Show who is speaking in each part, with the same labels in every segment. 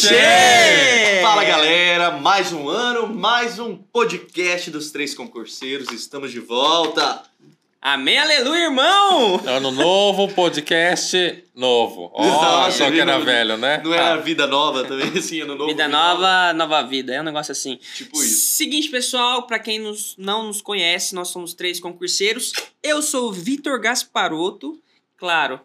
Speaker 1: Che!
Speaker 2: Fala galera, mais um ano, mais um podcast dos três concurseiros, estamos de volta.
Speaker 1: Amém, aleluia, irmão!
Speaker 3: Ano novo, podcast novo. Ó,
Speaker 2: Nossa,
Speaker 3: só que
Speaker 2: viu?
Speaker 3: era velho, né?
Speaker 2: Não era vida nova também, assim, ano novo.
Speaker 1: Ah. Vida nova, nova vida. É um negócio assim.
Speaker 2: Tipo isso.
Speaker 1: Seguinte, pessoal, pra quem nos- não nos conhece, nós somos três concurseiros. Eu sou o Vitor Gasparotto, claro,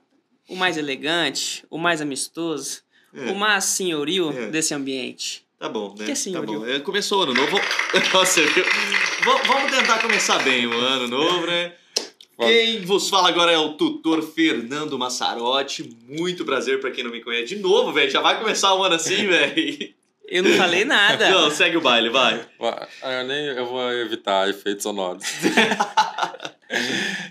Speaker 1: o mais elegante, o mais amistoso,
Speaker 2: É,
Speaker 1: o mais senhorio
Speaker 2: É.
Speaker 1: desse ambiente.
Speaker 2: tá bom, né?
Speaker 1: Que assim,
Speaker 2: tá
Speaker 1: Yuri?
Speaker 2: bom. É, Começou o ano novo. Nossa, viu? V- vamos tentar começar bem o ano novo, né?
Speaker 3: Vamos.
Speaker 2: Quem vos fala agora é o tutor Fernando Massarotti. Muito prazer pra quem não me conhece. De novo, velho, já vai começar o ano assim, velho.
Speaker 1: Eu não falei nada.
Speaker 2: Não, segue o baile, vai.
Speaker 3: Va- ah, Eu, nem, eu vou evitar efeitos sonoros.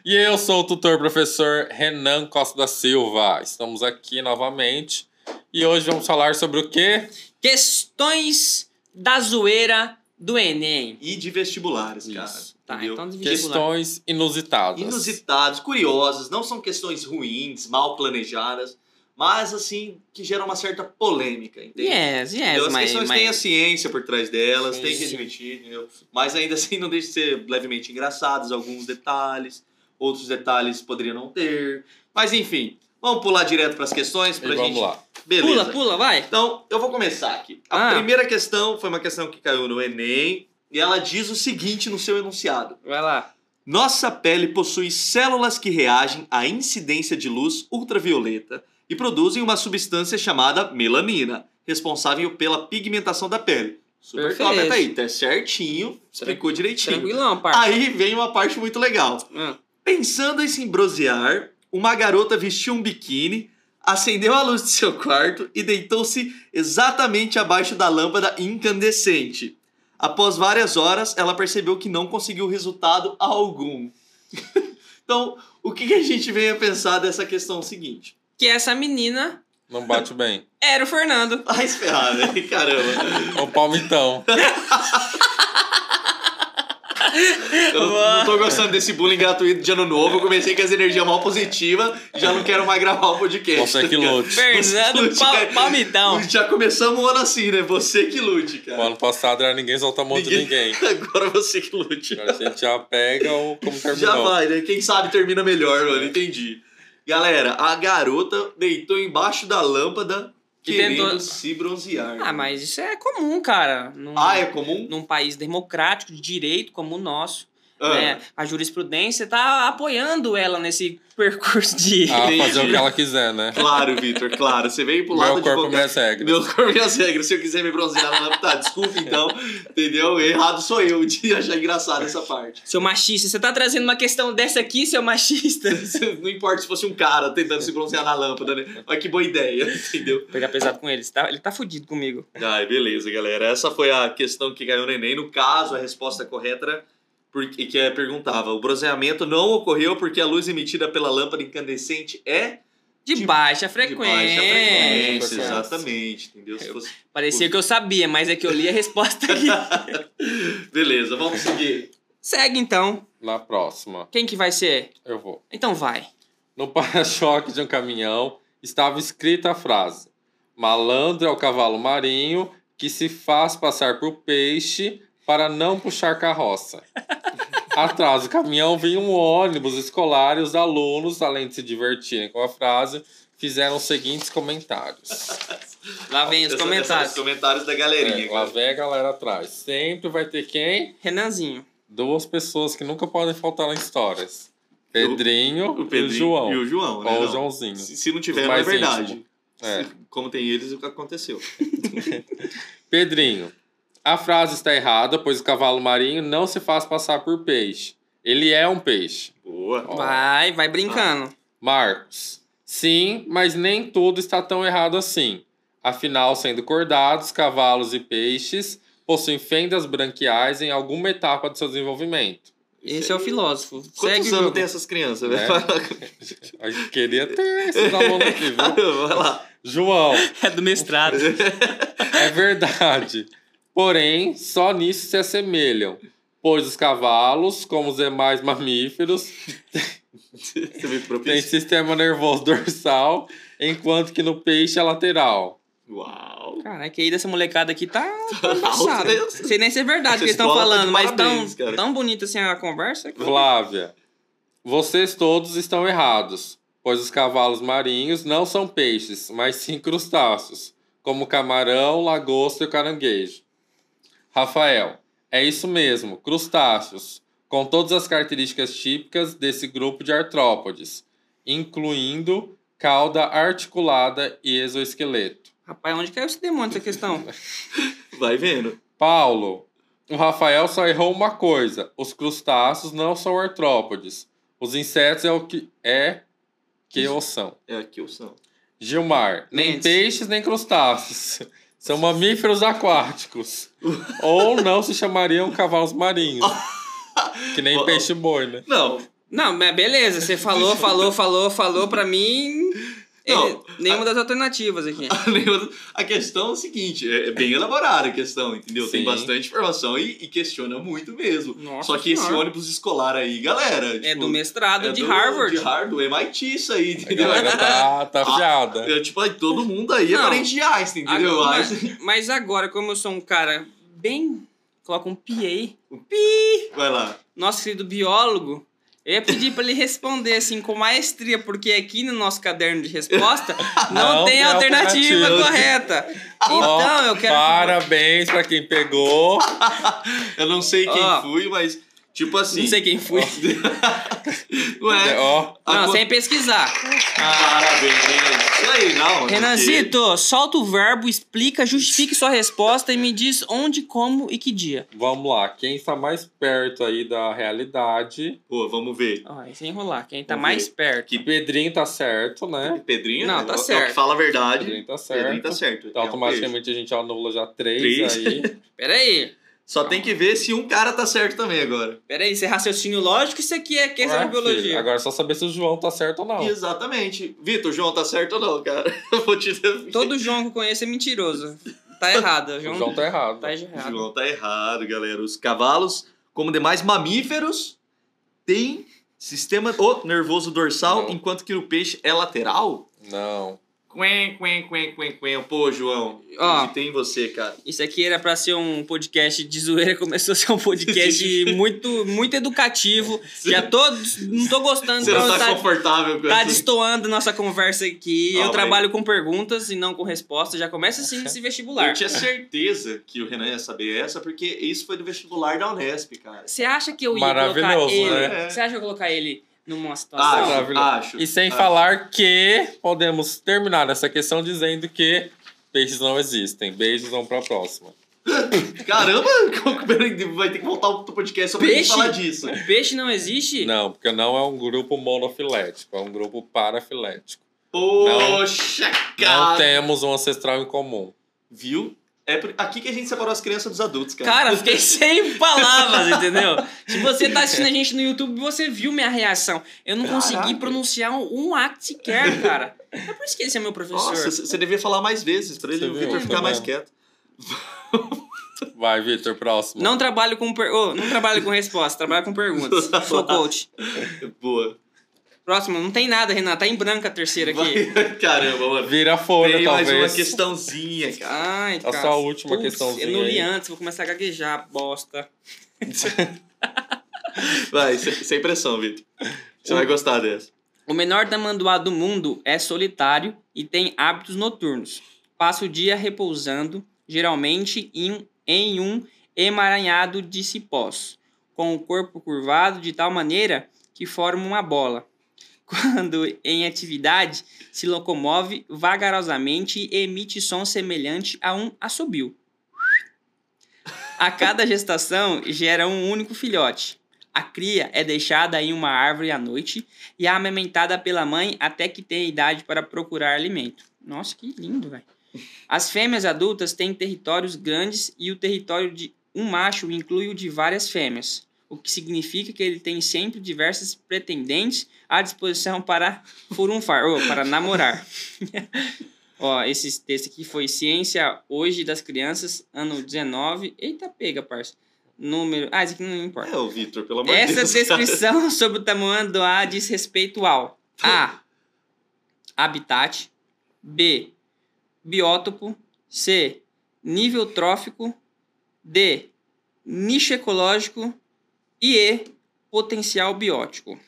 Speaker 3: e eu sou o tutor professor Renan Costa da Silva. Estamos aqui novamente e hoje vamos falar sobre o quê?
Speaker 1: Questões da zoeira do Enem.
Speaker 2: E de vestibulares, cara.
Speaker 1: Isso. Tá,
Speaker 2: entendeu? é
Speaker 1: então divide por lá.
Speaker 3: Questões inusitadas.
Speaker 2: inusitados, curiosos, não são questões ruins, mal planejadas, mas assim, que geram uma certa polêmica, entende?
Speaker 1: Yes, yes,
Speaker 2: Entendeu? As
Speaker 1: mas,
Speaker 2: questões
Speaker 1: mas-
Speaker 2: têm a ciência por trás delas,
Speaker 3: Sim.
Speaker 2: tem que admitir, entendeu? Mas ainda assim não deixa de ser levemente engraçadas, alguns detalhes, outros detalhes poderiam não ter. Mas enfim, vamos pular direto para as questões
Speaker 3: E
Speaker 2: pra
Speaker 3: vamos
Speaker 2: gente.
Speaker 3: lá.
Speaker 2: Beleza.
Speaker 1: Pula, pula, vai.
Speaker 2: Então, eu vou começar aqui. A
Speaker 1: Ah.
Speaker 2: primeira questão foi uma questão que caiu no Enem, e ela diz o seguinte no seu enunciado:
Speaker 1: Vai lá.
Speaker 2: nossa pele possui células que reagem à incidência de luz ultravioleta e produzem uma substância chamada melanina, responsável pela pigmentação da pele. Super
Speaker 1: Perfeito.
Speaker 2: top, tá aí, tá certinho, explicou direitinho.
Speaker 1: Tranquilão, parça.
Speaker 2: Aí vem uma parte muito legal.
Speaker 1: Ah.
Speaker 2: Pensando em se embrosear, uma garota vestiu um biquíni, acendeu a luz de seu quarto e deitou-se exatamente abaixo da lâmpada incandescente. Após várias horas, ela percebeu que não conseguiu resultado algum. então, o que, que a gente vem a pensar dessa questão seguinte?
Speaker 1: Que essa menina
Speaker 3: Não bate bem.
Speaker 1: era o Fernando.
Speaker 2: Vai esperar, né? Caramba.
Speaker 3: O palmitão.
Speaker 2: Eu não tô gostando desse bullying gratuito de ano novo. Eu comecei com as energias mal positivas. Já não quero mais gravar o podcast.
Speaker 3: Você é que lute.
Speaker 1: Fernando pa Palmitão.
Speaker 2: Já começamos o ano assim, né? Você que lute,
Speaker 3: O
Speaker 2: cara.
Speaker 3: ano passado era ninguém soltar a mão de ninguém.
Speaker 2: Agora você que lute.
Speaker 3: Agora a gente já pega o como
Speaker 2: Já
Speaker 3: terminou. É.
Speaker 2: vai, né? Quem sabe termina melhor, mano. Entendi. Galera, a garota deitou embaixo da lâmpada
Speaker 1: E
Speaker 2: querendo
Speaker 1: tentou-
Speaker 2: se bronzear.
Speaker 1: Ah, mas isso é comum, cara. Num,
Speaker 2: Ah, é comum?
Speaker 1: num país democrático, de direito como o nosso.
Speaker 2: Ah,
Speaker 1: né? A jurisprudência tá apoiando ela nesse percurso de.
Speaker 3: Ah,
Speaker 2: Entendi.
Speaker 3: fazer o que ela quiser, né?
Speaker 2: Claro, Vitor, claro. Você veio pro lado de
Speaker 3: Meu corpo,
Speaker 2: qualquer-
Speaker 3: minhas regras.
Speaker 2: Meu corpo, minhas regras. Se eu quiser me bronzear na lâmpada, tá, desculpa então. Entendeu? Errado sou eu de achar engraçado essa parte.
Speaker 1: Seu machista, você tá trazendo uma questão dessa aqui, seu machista?
Speaker 2: Não importa se fosse um cara tentando se bronzear na lâmpada, né? Olha que boa ideia, entendeu?
Speaker 1: Vou pegar pesado com ele, ele tá, ele tá fudido comigo.
Speaker 2: Ai, beleza, galera. Essa foi a questão que caiu no Enem. No caso, a resposta correta era porque, que é, perguntava: o bronzeamento não ocorreu porque a luz emitida pela lâmpada incandescente é
Speaker 1: De,
Speaker 2: De-
Speaker 1: baixa
Speaker 2: de
Speaker 1: frequência. é
Speaker 2: baixa frequência.
Speaker 3: frequência.
Speaker 2: Exatamente, entendeu? Se fosse-
Speaker 1: Parecia que eu sabia, mas é que eu li a resposta aqui.
Speaker 2: Beleza, vamos seguir.
Speaker 1: Segue então.
Speaker 3: Na próxima,
Speaker 1: Quem que vai ser?
Speaker 3: eu vou.
Speaker 1: Então vai.
Speaker 3: No para-choque de um caminhão estava escrita a frase: Malandro é o cavalo marinho que se faz passar por peixe para não puxar carroça. Atrás do caminhão vinha um ônibus escolar e os alunos, além de se divertirem com a frase, fizeram os seguintes comentários.
Speaker 1: Lá vem os
Speaker 2: Essa-
Speaker 1: comentários.
Speaker 2: essa- Os comentários da galerinha.
Speaker 3: É, lá
Speaker 2: cara.
Speaker 3: vem a galera atrás. Sempre vai ter quem?
Speaker 1: Renanzinho.
Speaker 3: Duas pessoas que nunca podem faltar nas histórias: Pedrinho,
Speaker 2: o Pedrinho
Speaker 3: e o João.
Speaker 2: E o João, né?
Speaker 3: Ou o
Speaker 2: Não.
Speaker 3: Joãozinho.
Speaker 2: Se, se não tiver,
Speaker 3: Os
Speaker 2: não é
Speaker 3: mais
Speaker 2: verdade.
Speaker 3: íntimos. É.
Speaker 2: Se- como tem eles, o que aconteceu.
Speaker 3: Pedrinho, a frase está errada, pois o cavalo marinho não se faz passar por peixe. Ele é um peixe.
Speaker 2: Boa.
Speaker 3: Ó.
Speaker 1: Vai, vai brincando.
Speaker 2: Ah,
Speaker 3: Marcos, sim, mas nem tudo está tão errado assim. Afinal, sendo cordados, cavalos e peixes possuem fendas branquiais em alguma etapa do seu desenvolvimento.
Speaker 1: Esse é o filósofo. Segue
Speaker 2: Quantos anos
Speaker 1: o jogo.
Speaker 2: tem essas crianças,
Speaker 3: Né?
Speaker 2: velho?
Speaker 3: A gente queria ter esses alunos aqui, viu?
Speaker 2: Caramba, vai lá.
Speaker 3: João,
Speaker 1: É do mestrado.
Speaker 3: É verdade. Porém, só nisso se assemelham, pois os cavalos, como os demais mamíferos,
Speaker 2: Você veio
Speaker 3: têm
Speaker 2: propício?
Speaker 3: sistema nervoso dorsal, enquanto que no peixe é lateral.
Speaker 2: Uau!
Speaker 1: Cara, é que aí dessa molecada aqui tá tá embaçada.
Speaker 2: Deus.
Speaker 1: Sei nem se é verdade
Speaker 2: né? Essa
Speaker 1: o que eles estão
Speaker 2: escola tá de
Speaker 1: falando, mas
Speaker 2: parabéns,
Speaker 1: tão,
Speaker 2: cara.
Speaker 1: tão bonita assim a conversa. que-
Speaker 3: Flávia, vocês todos estão errados, pois os cavalos marinhos não são peixes, mas sim crustáceos, como o camarão, o lagosta e o caranguejo. Rafael, é isso mesmo, crustáceos, com todas as características típicas desse grupo de artrópodes, incluindo cauda articulada e exoesqueleto.
Speaker 1: Rapaz, onde caiu esse demônio essa questão?
Speaker 2: Vai vendo.
Speaker 3: Paulo, o Rafael só errou uma coisa: os crustáceos não são artrópodes. Os insetos é o que é que o são.
Speaker 2: É aqui o som.
Speaker 3: Gilmar, nem
Speaker 1: Mendes.
Speaker 3: peixes nem crustáceos. São mamíferos aquáticos. Ou não se chamariam cavalos marinhos. Que nem peixe boi, né?
Speaker 2: Não,
Speaker 1: Não, mas beleza, você falou, falou, falou, falou, pra mim.
Speaker 2: Não,
Speaker 1: ele- nenhuma das alternativas aqui.
Speaker 2: Nenhuma- A questão é o seguinte, é é bem elaborada a questão, entendeu? Tem
Speaker 3: Sim.
Speaker 2: bastante informação e, e questiona muito mesmo.
Speaker 1: Nossa
Speaker 2: Só que esse
Speaker 1: Senhora.
Speaker 2: ônibus escolar aí, galera...
Speaker 1: É
Speaker 2: tipo,
Speaker 1: do mestrado
Speaker 2: é
Speaker 1: de
Speaker 2: do-
Speaker 1: Harvard.
Speaker 2: De Harvard, do MIT isso aí,
Speaker 3: A
Speaker 2: entendeu?
Speaker 3: galera tá, tá fiada.
Speaker 2: É, tipo, aí todo mundo aí é
Speaker 1: Não.
Speaker 2: parente de Einstein, entendeu?
Speaker 1: Agora-
Speaker 2: Einstein-
Speaker 1: Mas agora, como eu sou um cara bem. Coloca um PA,
Speaker 2: Vai lá.
Speaker 1: nosso querido biólogo, eu ia pedir pra ele responder assim com maestria, porque aqui no nosso caderno de resposta não,
Speaker 3: Não
Speaker 1: tem
Speaker 3: tem
Speaker 1: alternativa,
Speaker 3: alternativa.
Speaker 1: correta. Então
Speaker 3: Ó,
Speaker 1: eu quero.
Speaker 3: Parabéns pra quem pegou.
Speaker 2: Eu não sei quem
Speaker 1: Ó.
Speaker 2: fui, mas tipo assim... é?
Speaker 1: Não sei quem fui.
Speaker 2: Ué,
Speaker 3: né? Ó,
Speaker 1: Não,
Speaker 2: acon-
Speaker 1: sem pesquisar.
Speaker 2: Parabéns. Isso aí, não.
Speaker 1: Renanzito, solta o verbo, explica, justifique sua resposta e me diz onde, como e que dia.
Speaker 3: vamos lá. Quem está mais perto aí da realidade?
Speaker 2: Pô, vamos ver.
Speaker 1: Ó, e sem enrolar, quem tá
Speaker 2: Vamos
Speaker 1: mais perto.
Speaker 3: Que Pedrinho tá certo, né?
Speaker 2: Pedrinho,
Speaker 1: Não,
Speaker 2: né?
Speaker 1: tá
Speaker 2: É o- É o
Speaker 1: certo.
Speaker 2: que fala a verdade.
Speaker 3: Pedrinho tá certo.
Speaker 2: Pedrinho tá certo.
Speaker 3: Então
Speaker 2: É um
Speaker 3: automaticamente a gente anula já três,
Speaker 2: Três.
Speaker 3: aí.
Speaker 1: Pera aí,
Speaker 2: Só tem que ver se um cara tá certo também agora.
Speaker 1: pera aí, isso é raciocínio lógico, isso aqui é questão
Speaker 3: Ué,
Speaker 1: de biologia.
Speaker 3: filho, Agora é só saber se o João tá certo ou não.
Speaker 2: Exatamente. Vitor, João tá certo ou não, cara? Eu vou te dizer.
Speaker 1: Todo João que eu conheço é mentiroso. Tá errado,
Speaker 3: O
Speaker 1: João.
Speaker 3: João tá errado.
Speaker 1: tá errado.
Speaker 2: João tá errado, galera. Os cavalos, como demais mamíferos, têm sistema o nervoso dorsal,
Speaker 3: Não.
Speaker 2: enquanto que o peixe é lateral.
Speaker 3: Não.
Speaker 2: Quen, quen, quen, quen, quen. Pô, João,
Speaker 1: Ó.
Speaker 2: tem você, cara.
Speaker 1: Isso aqui era pra ser um podcast de zoeira, começou a ser um podcast muito, muito educativo. Já tô, não tô gostando
Speaker 2: Você não
Speaker 1: então
Speaker 2: tá, confortável com
Speaker 1: Tá
Speaker 2: isso?
Speaker 1: destoando nossa conversa aqui.
Speaker 2: Ah,
Speaker 1: eu
Speaker 2: mas-
Speaker 1: trabalho com perguntas e não com respostas. Já começa assim nesse
Speaker 2: Eu
Speaker 1: vestibular.
Speaker 2: tinha certeza que o Renan ia saber essa, porque isso foi do vestibular da Unesp, cara.
Speaker 1: Você acha que eu ia colocar
Speaker 3: Maravilhoso,
Speaker 1: ele?
Speaker 2: né?
Speaker 1: Você acha que eu ia colocar ele numa situação?
Speaker 3: Ah,
Speaker 2: Acho,
Speaker 3: maravilhoso.
Speaker 2: acho.
Speaker 3: E sem
Speaker 2: acho.
Speaker 3: falar que podemos terminar essa questão dizendo que peixes não existem. Beijos, vamos pra próxima.
Speaker 2: Caramba, como- peraí, vai ter que voltar outro podcast só pra gente
Speaker 1: Peixe?
Speaker 2: falar disso.
Speaker 1: O peixe não existe?
Speaker 3: Não, porque não é um grupo monofilético, é um grupo parafilético.
Speaker 2: Poxa, cara.
Speaker 3: Não temos um ancestral em comum.
Speaker 2: Viu? É por- aqui que a gente separou as crianças dos adultos, cara.
Speaker 1: Cara, eu fiquei sem palavras, entendeu? Se você tá assistindo a gente no YouTube, você viu minha reação. Eu não consegui
Speaker 2: É. Caraca.
Speaker 1: pronunciar um ato sequer, cara. É por isso que esse é meu professor.
Speaker 2: Nossa, c- você devia falar mais vezes pra ele
Speaker 3: Você
Speaker 2: o
Speaker 3: viu?
Speaker 2: Vitor ficar
Speaker 1: né?
Speaker 3: Tá
Speaker 2: mais
Speaker 3: vendo?
Speaker 2: quieto.
Speaker 3: Vai, Vitor, próximo.
Speaker 1: Não trabalho com per... ô, não trabalho com resposta, trabalho com perguntas. Sou coach.
Speaker 2: Boa.
Speaker 1: Próximo, não tem nada, Renato. Tá em branca a terceira aqui.
Speaker 2: Vai- Caramba, mano.
Speaker 3: Vira a folha,
Speaker 2: Tem mais
Speaker 3: talvez.
Speaker 2: uma questãozinha, cara.
Speaker 1: Ai,
Speaker 3: A
Speaker 1: cara.
Speaker 3: sua última
Speaker 1: Putz,
Speaker 3: questãozinha
Speaker 1: Eu não li
Speaker 3: aí.
Speaker 1: antes, vou começar a gaguejar, bosta.
Speaker 2: Vai, sem, sem pressão, Vitor. Você vai gostar dessa.
Speaker 1: O menor tamanduá do mundo é solitário e tem hábitos noturnos. Passa o dia repousando, geralmente em, em um emaranhado de cipós, com o corpo curvado de tal maneira que forma uma bola. Quando em atividade, se locomove vagarosamente e emite som semelhante a um assobio. A cada gestação gera um único filhote. A cria é deixada em uma árvore à noite e é amamentada pela mãe até que tenha idade para procurar alimento. Nossa, que lindo, velho. As fêmeas adultas têm territórios grandes e o território de um macho inclui o de várias fêmeas, o que significa que ele tem sempre diversas pretendentes à disposição para furunfar, ou para namorar. Ó, esse texto aqui foi Ciência Hoje das Crianças, ano 19. Eita, pega, parça. Número. Ah, isso aqui não importa.
Speaker 2: É, o Vitor, pelo amor de
Speaker 1: Essa
Speaker 2: Deus. cara.
Speaker 1: descrição sobre o tamanduá diz respeito ao A. Habitat. B. biótopo. C. Nível trófico. D. Nicho ecológico. E E. Potencial biótico.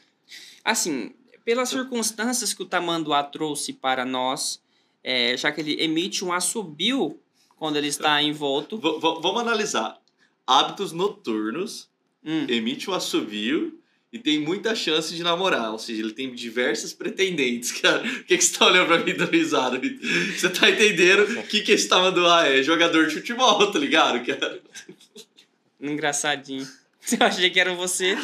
Speaker 1: Assim, pelas circunstâncias que o tamanduá trouxe para nós, é, já que ele emite um assobio quando ele está envolto.
Speaker 2: V- v- vamos analisar. Hábitos noturnos,
Speaker 1: Hum,
Speaker 2: emite um assovio e tem muita chance de namorar. Ou seja, ele tem diversos pretendentes, cara. Por que, que você tá olhando pra mim dando risada? Vitor? Você tá entendendo o que, que esse Tamanduá é? Jogador de futebol, tá ligado, cara?
Speaker 1: engraçadinho. Eu achei que era você.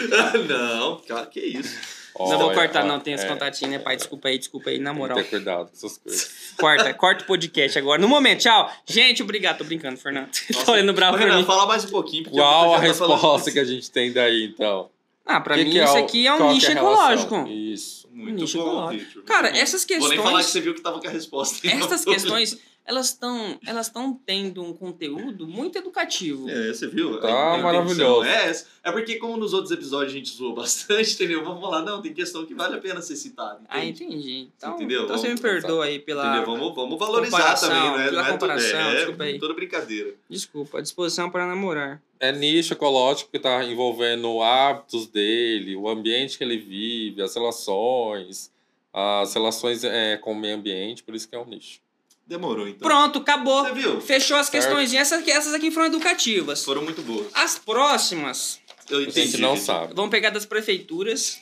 Speaker 2: Não, cara, que isso.
Speaker 1: não vou
Speaker 3: Olha,
Speaker 1: cortar, não.
Speaker 3: olha,
Speaker 1: Tem os
Speaker 3: é,
Speaker 1: contatinhos, né, pai? Desculpa aí, desculpa aí, na
Speaker 3: tem que
Speaker 1: moral.
Speaker 3: ter cuidado com essas coisas.
Speaker 1: Corta, corta o podcast agora. No momento, tchau. Gente, obrigado. Tô brincando, Fernando.
Speaker 2: Nossa.
Speaker 1: Tô olhando bravo
Speaker 2: Ô,
Speaker 1: Ah, pra
Speaker 2: Renan,
Speaker 1: mim.
Speaker 2: fala mais um pouquinho. porque o
Speaker 3: Qual a
Speaker 2: Vitor já tá falando
Speaker 3: resposta que a gente tem daí, então?
Speaker 1: Ah, pra
Speaker 3: Que
Speaker 1: mim
Speaker 3: que
Speaker 1: isso
Speaker 3: o-
Speaker 1: aqui é
Speaker 3: qual
Speaker 1: um
Speaker 3: que
Speaker 1: nicho
Speaker 3: a relação?
Speaker 1: ecológico.
Speaker 3: Isso.
Speaker 2: Muito
Speaker 1: Nicho
Speaker 2: bom,
Speaker 1: ecológico.
Speaker 2: Vitor.
Speaker 1: Cara,
Speaker 2: muito bom.
Speaker 1: essas
Speaker 2: Vou nem falar que
Speaker 1: questões,
Speaker 2: você viu que tava com a resposta. então. hein?
Speaker 1: essas questões, elas estão elas tão tendo um conteúdo muito educativo.
Speaker 2: É, você viu?
Speaker 3: Tá
Speaker 2: A intenção
Speaker 3: maravilhoso.
Speaker 2: É, essa. é porque, como nos outros episódios a gente zoou bastante, entendeu? Vamos falar, não, tem questão que vale a pena ser citada. entende?
Speaker 1: Ah, entendi. Então,
Speaker 2: Entendeu?
Speaker 1: então você me
Speaker 2: Vamos-
Speaker 1: perdoa aí pela.
Speaker 2: Entendeu? Vamos, vamos valorizar
Speaker 1: Comparação,
Speaker 2: também, né?
Speaker 1: pela
Speaker 2: Não é, to-
Speaker 1: comparação,
Speaker 2: é,
Speaker 1: desculpa aí.
Speaker 2: toda brincadeira.
Speaker 1: Desculpa, a disposição para namorar.
Speaker 3: É nicho ecológico que tá envolvendo hábitos dele, o ambiente que ele vive, as relações, as relações é, com o meio ambiente, por isso que é um nicho.
Speaker 2: Demorou, então.
Speaker 1: Pronto, acabou.
Speaker 2: Você viu?
Speaker 1: Fechou as
Speaker 3: Certo.
Speaker 1: questões. E Essas, aqui- essas aqui foram educativas.
Speaker 2: Foram muito boas.
Speaker 1: As próximas.
Speaker 2: Eu
Speaker 3: A
Speaker 2: entendi.
Speaker 3: gente não sabe.
Speaker 1: Vamos pegar das prefeituras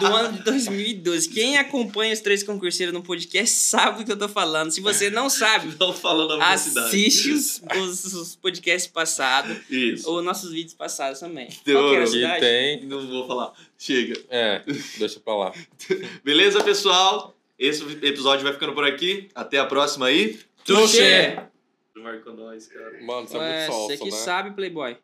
Speaker 1: do ano de 2012. Quem acompanha os três concurseiros no podcast sabe do que eu tô falando. Se você não sabe,
Speaker 2: Não falando a velocidade.
Speaker 1: assiste os, os- os podcasts passados
Speaker 2: Isso.
Speaker 1: ou nossos vídeos passados também.
Speaker 2: Demorou.
Speaker 1: Qual que era a
Speaker 2: Que
Speaker 3: Que
Speaker 1: cidade?
Speaker 3: tem.
Speaker 2: Não vou falar. Chega.
Speaker 3: É, deixa pra lá.
Speaker 2: Beleza, pessoal? Esse episódio vai ficando por aqui. Até a próxima aí.
Speaker 1: Tuxê.
Speaker 2: Marcou nós, cara.
Speaker 3: Mano, você é
Speaker 1: Ué, você
Speaker 3: muito falso,
Speaker 1: que
Speaker 3: né?
Speaker 1: sabe, Playboy.